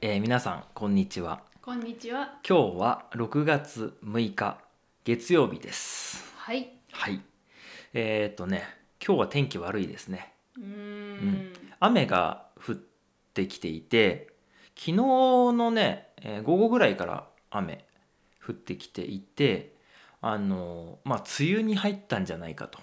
えー皆さんこんにちはこんにちは。今日は6月6日月曜日ですはい。はいえー、っとね今日は天気悪いですねうーんん。雨が降ってきていて昨日のね、えー午後ぐらいから雨降ってきていてあのーまあ梅雨に入ったんじゃないかと、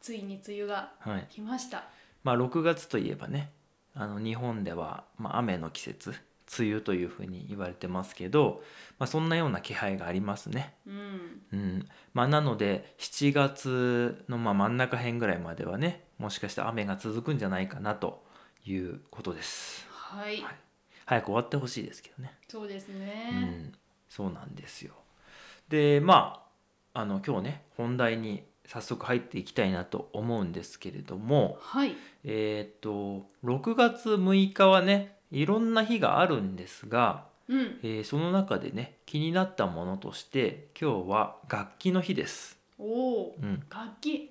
ついに梅雨がはい来ました。まあ、6月といえばねあの日本では、まあ、雨の季節梅雨というふうに言われてますけど、まあ、そんなような気配がありますね。うん。うんまあ、なので7月のまあ真ん中辺ぐらいまではねもしかして雨が続くんじゃないかなということです。はい。はい早く終わってほしいですけどね。そうですうね。ん、そうなんですよ。でまああの今日ね本題に早速入っていきたいなと思うんですけれども、はい。えーっと6月6日はねいろんな日があるんですが、うん。えーその中でね気になったものとして今日は楽器の日です。おお。うん、楽器。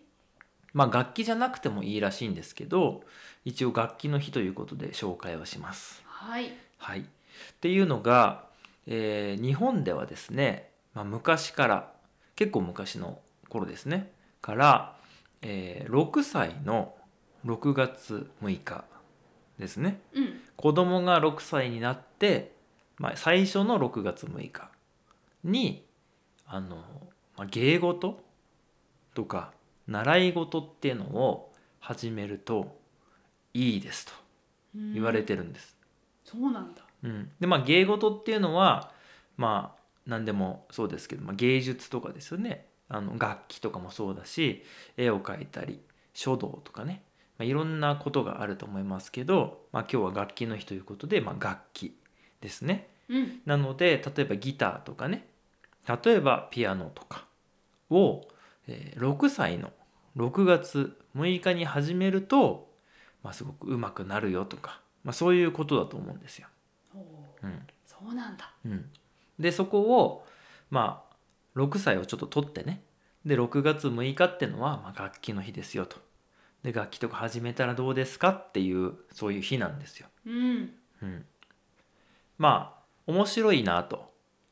まあ楽器じゃなくてもいいらしいんですけど一応楽器の日ということで紹介をします。はい。はい、っていうのが、えー日本ではですね、まあ、昔から結構昔の頃ですねから、えー6歳の6月6日ですねうん。子供が6歳になって、まあ、最初の6月6日にあの、まあ、芸事とか習い事っていうのを始めるといいですとうん言われ。てるんです。そうなんだ。うん、でまあ芸事っていうのはまあ何でもそうですけど、まあ、芸術とかですよねあの楽器とかもそうだし絵を描いたり書道とかね、まあ、いろんなことがあると思いますけど、まあ、今日は楽器の日ということで、まあ、楽器ですねうん。なので例えばギターとかね例えばピアノとかを、えー6歳の6月6日に始めると、まあ、すごく上手くなるよとか、まあ、そういうことだと思うんですよ。おお。うんそうなんだ。うん、でそこをまあ6歳をちょっと取ってねで6月6日ってのは、まあ、楽器の日ですよとで楽器とか始めたらどうですかっていうそういう日なんですよ、うん。うん、まあ面白いなと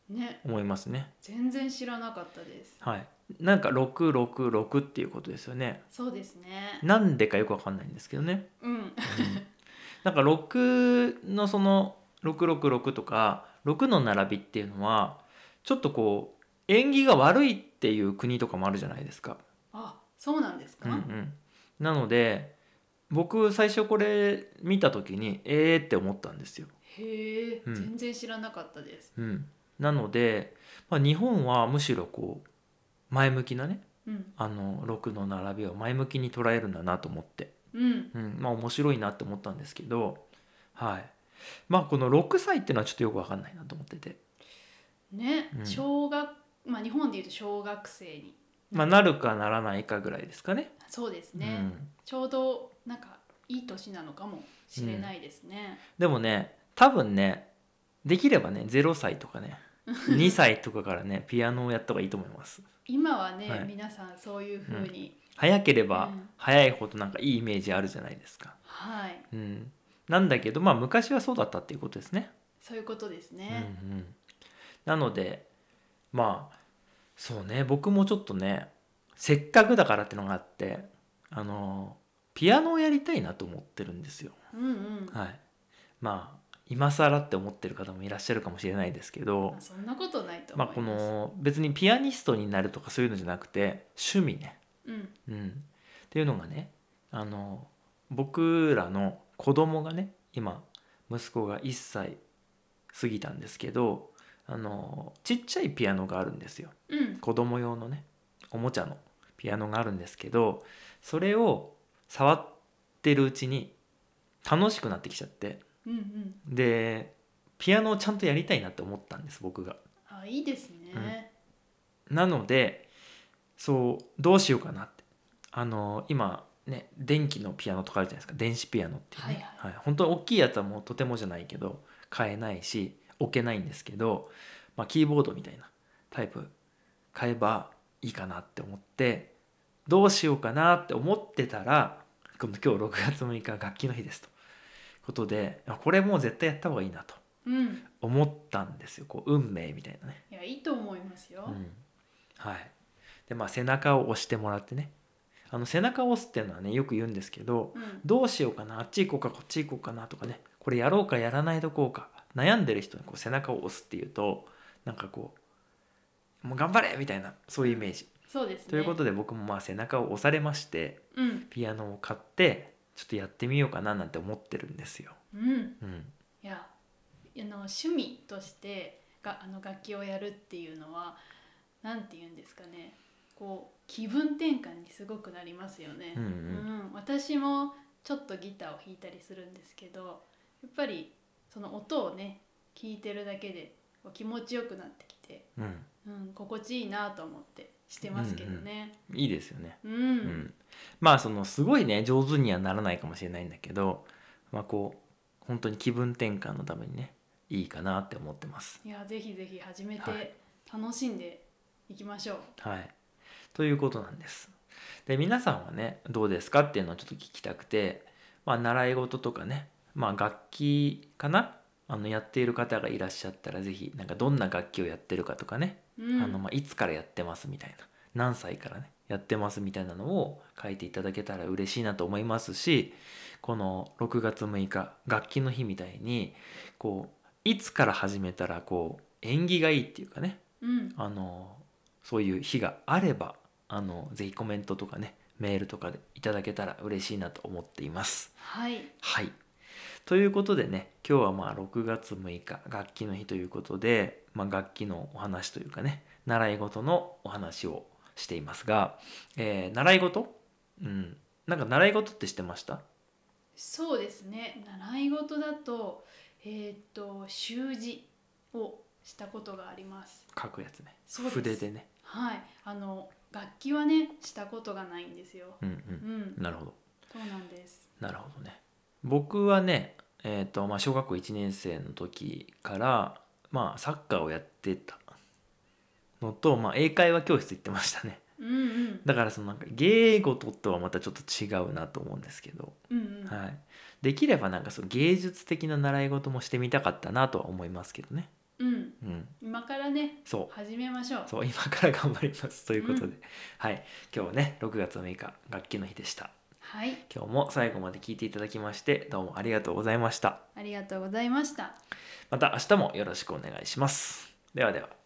ね。思いますね全然知らなかったです。はいなんか666っていうことですよねそうですね。なんでかよくわかんないんですけどねうん。なんか6のその666とか6の並びっていうのはちょっとこう縁起が悪いっていう国とかもあるじゃないですか。あ、そうなんですうんうか。ん、なので僕最初これ見た時にえーって思ったんですよ。へえ。うん全然知らなかったです。うん、なので、まあ、日本はむしろこう前向きなねうん。あの6の並びを前向きに捉えるんだなと思って。うん。うん、まあ面白いなって思ったんですけど、はい、まあこの6歳っていうのはちょっとよく分かんないなと思ってて、ねう。ん小学。まあ、日本でいうと小学生に。まあ、なるかならないかぐらいですかね。そうですね。うん、ちょうどなんかいい年なのかもしれないですね。でもね多分ねできればね0歳とか ね2歳とかからねピアノをやった方がいいと思います。今はね、はい皆さんそういう風に、早けれうばん早いほどなんかいいイメージあるじゃないですか。はい、うん、なんだけどまあ昔はそうだったっていうことですね。そういうことですね。うんうん、なのでまあそうね僕もちょっとねせっかくだからってのがあってあのピアノをやりたいなと思ってるんですよ。うん、うん、はい、まあ今更って思ってる方もいらっしゃるかもしれないですけどまあ、そんなことないと思まあ、います。この別にピアニストになるとかそういうのじゃなくて趣味ね。うん、うん、っていうのがねあの僕らの子供がね今息子が1歳過ぎたんですけどあのちっちゃいピアノがあるんですようん、子供用のねおもちゃのピアノがあるんですけどそれを触ってるうちに楽しくなってきちゃってうん、うん、でピアノをちゃんとやりたいなって思ったんです僕が。あ、いいですね。なのでそうどうしようかなってあの今ね電気のピアノとかあるじゃないですか電子ピアノっていうね、はい本当に大きいやつはもうとてもじゃないけど買えないし置けないんですけど、まあ、キーボードみたいなタイプ買えばいいかなって思ってどうしようかなって思ってたら今度今日6月6日楽器の日ですということであこれもう絶対やった方がいいなとうん思ったんですよこう運命みたいなね、いやいいと思いますよ、うん、はいでまあ背中を押してもらってねあの背中を押すっていうのはねよく言うんですけどうんどうしようかなあっち行こうかこっち行こうかなとかねこれやろうかやらないとこうか悩んでる人にこう背中を押すっていうとなんかこうもう頑張れみたいなそういうイメージ、そうですねということで僕もまあ背中を押されましてうんピアノを買ってちょっとやってみようかななんて思ってるんですよ。うんうん、いやあの趣味としてがあの楽器をやるっていうのはなんて言うんですかねこう気分転換にすごくなりますよね、うんうんうん私もちょっとギターを弾いたりするんですけどやっぱりその音をね聞いてるだけでこう気持ちよくなってきて、うん、うん、心地いいなと思ってしてますけどね。いいですよね。うん、うんまあそのすごいね上手にはならないかもしれないんだけど、まあ、こう本当に気分転換のためにねいいかなって思ってます。いやぜひぜひ始めはいて楽しんでいきましょう。はい、ということなんです。で皆さんはねどうですかっていうのをちょっと聞きたくて、まあ、習い事とかね、まあ、楽器かなあのやっている方がいらっしゃったら是非なんかどんな楽器をやってるかとかねうん、あのまあ、いつからやってますみたいな何歳からねやってますみたいなのを書いていただけたら嬉しいなと思いますしこの6月6日楽器の日みたいにこういつから始めたらこう縁起がいいっていうかねうん、あのそういう日があればあのぜひコメントとかねメールとかでいただけたら嬉しいなと思っています。はい。はい。ということでね、今日はまあ6月6日、楽器の日ということで、まあ、楽器のお話というかね、習い事のお話をしていますが、えー習い事うん。なんか習い事って知ってましたそうですね習い事だとえーっと習字をしたことがあります書くやつね。そうです筆でね。はいあの楽器はねしたことがないんですようんううんん。なるほど。そうなんですなるほどね。僕はね、えっ、と、まあ、小学校1年生の時から、まあ、サッカーをやってたのと、まあ、英会話教室行ってましたね。うんうんだからそのなんか芸事とはまたちょっと違うなと思うんですけど、うんうんはい、できればなんかその芸術的な習い事もしてみたかったなとは思いますけどね、うんうん、今からねそ始めましょううそう今から頑張りますということで、うんはい、今日はね6月6日楽器の日でしたはい今日も最後まで聞いていただきましてどうもありがとうございましたありがとうございましたまた明日もよろしくお願いしますではでは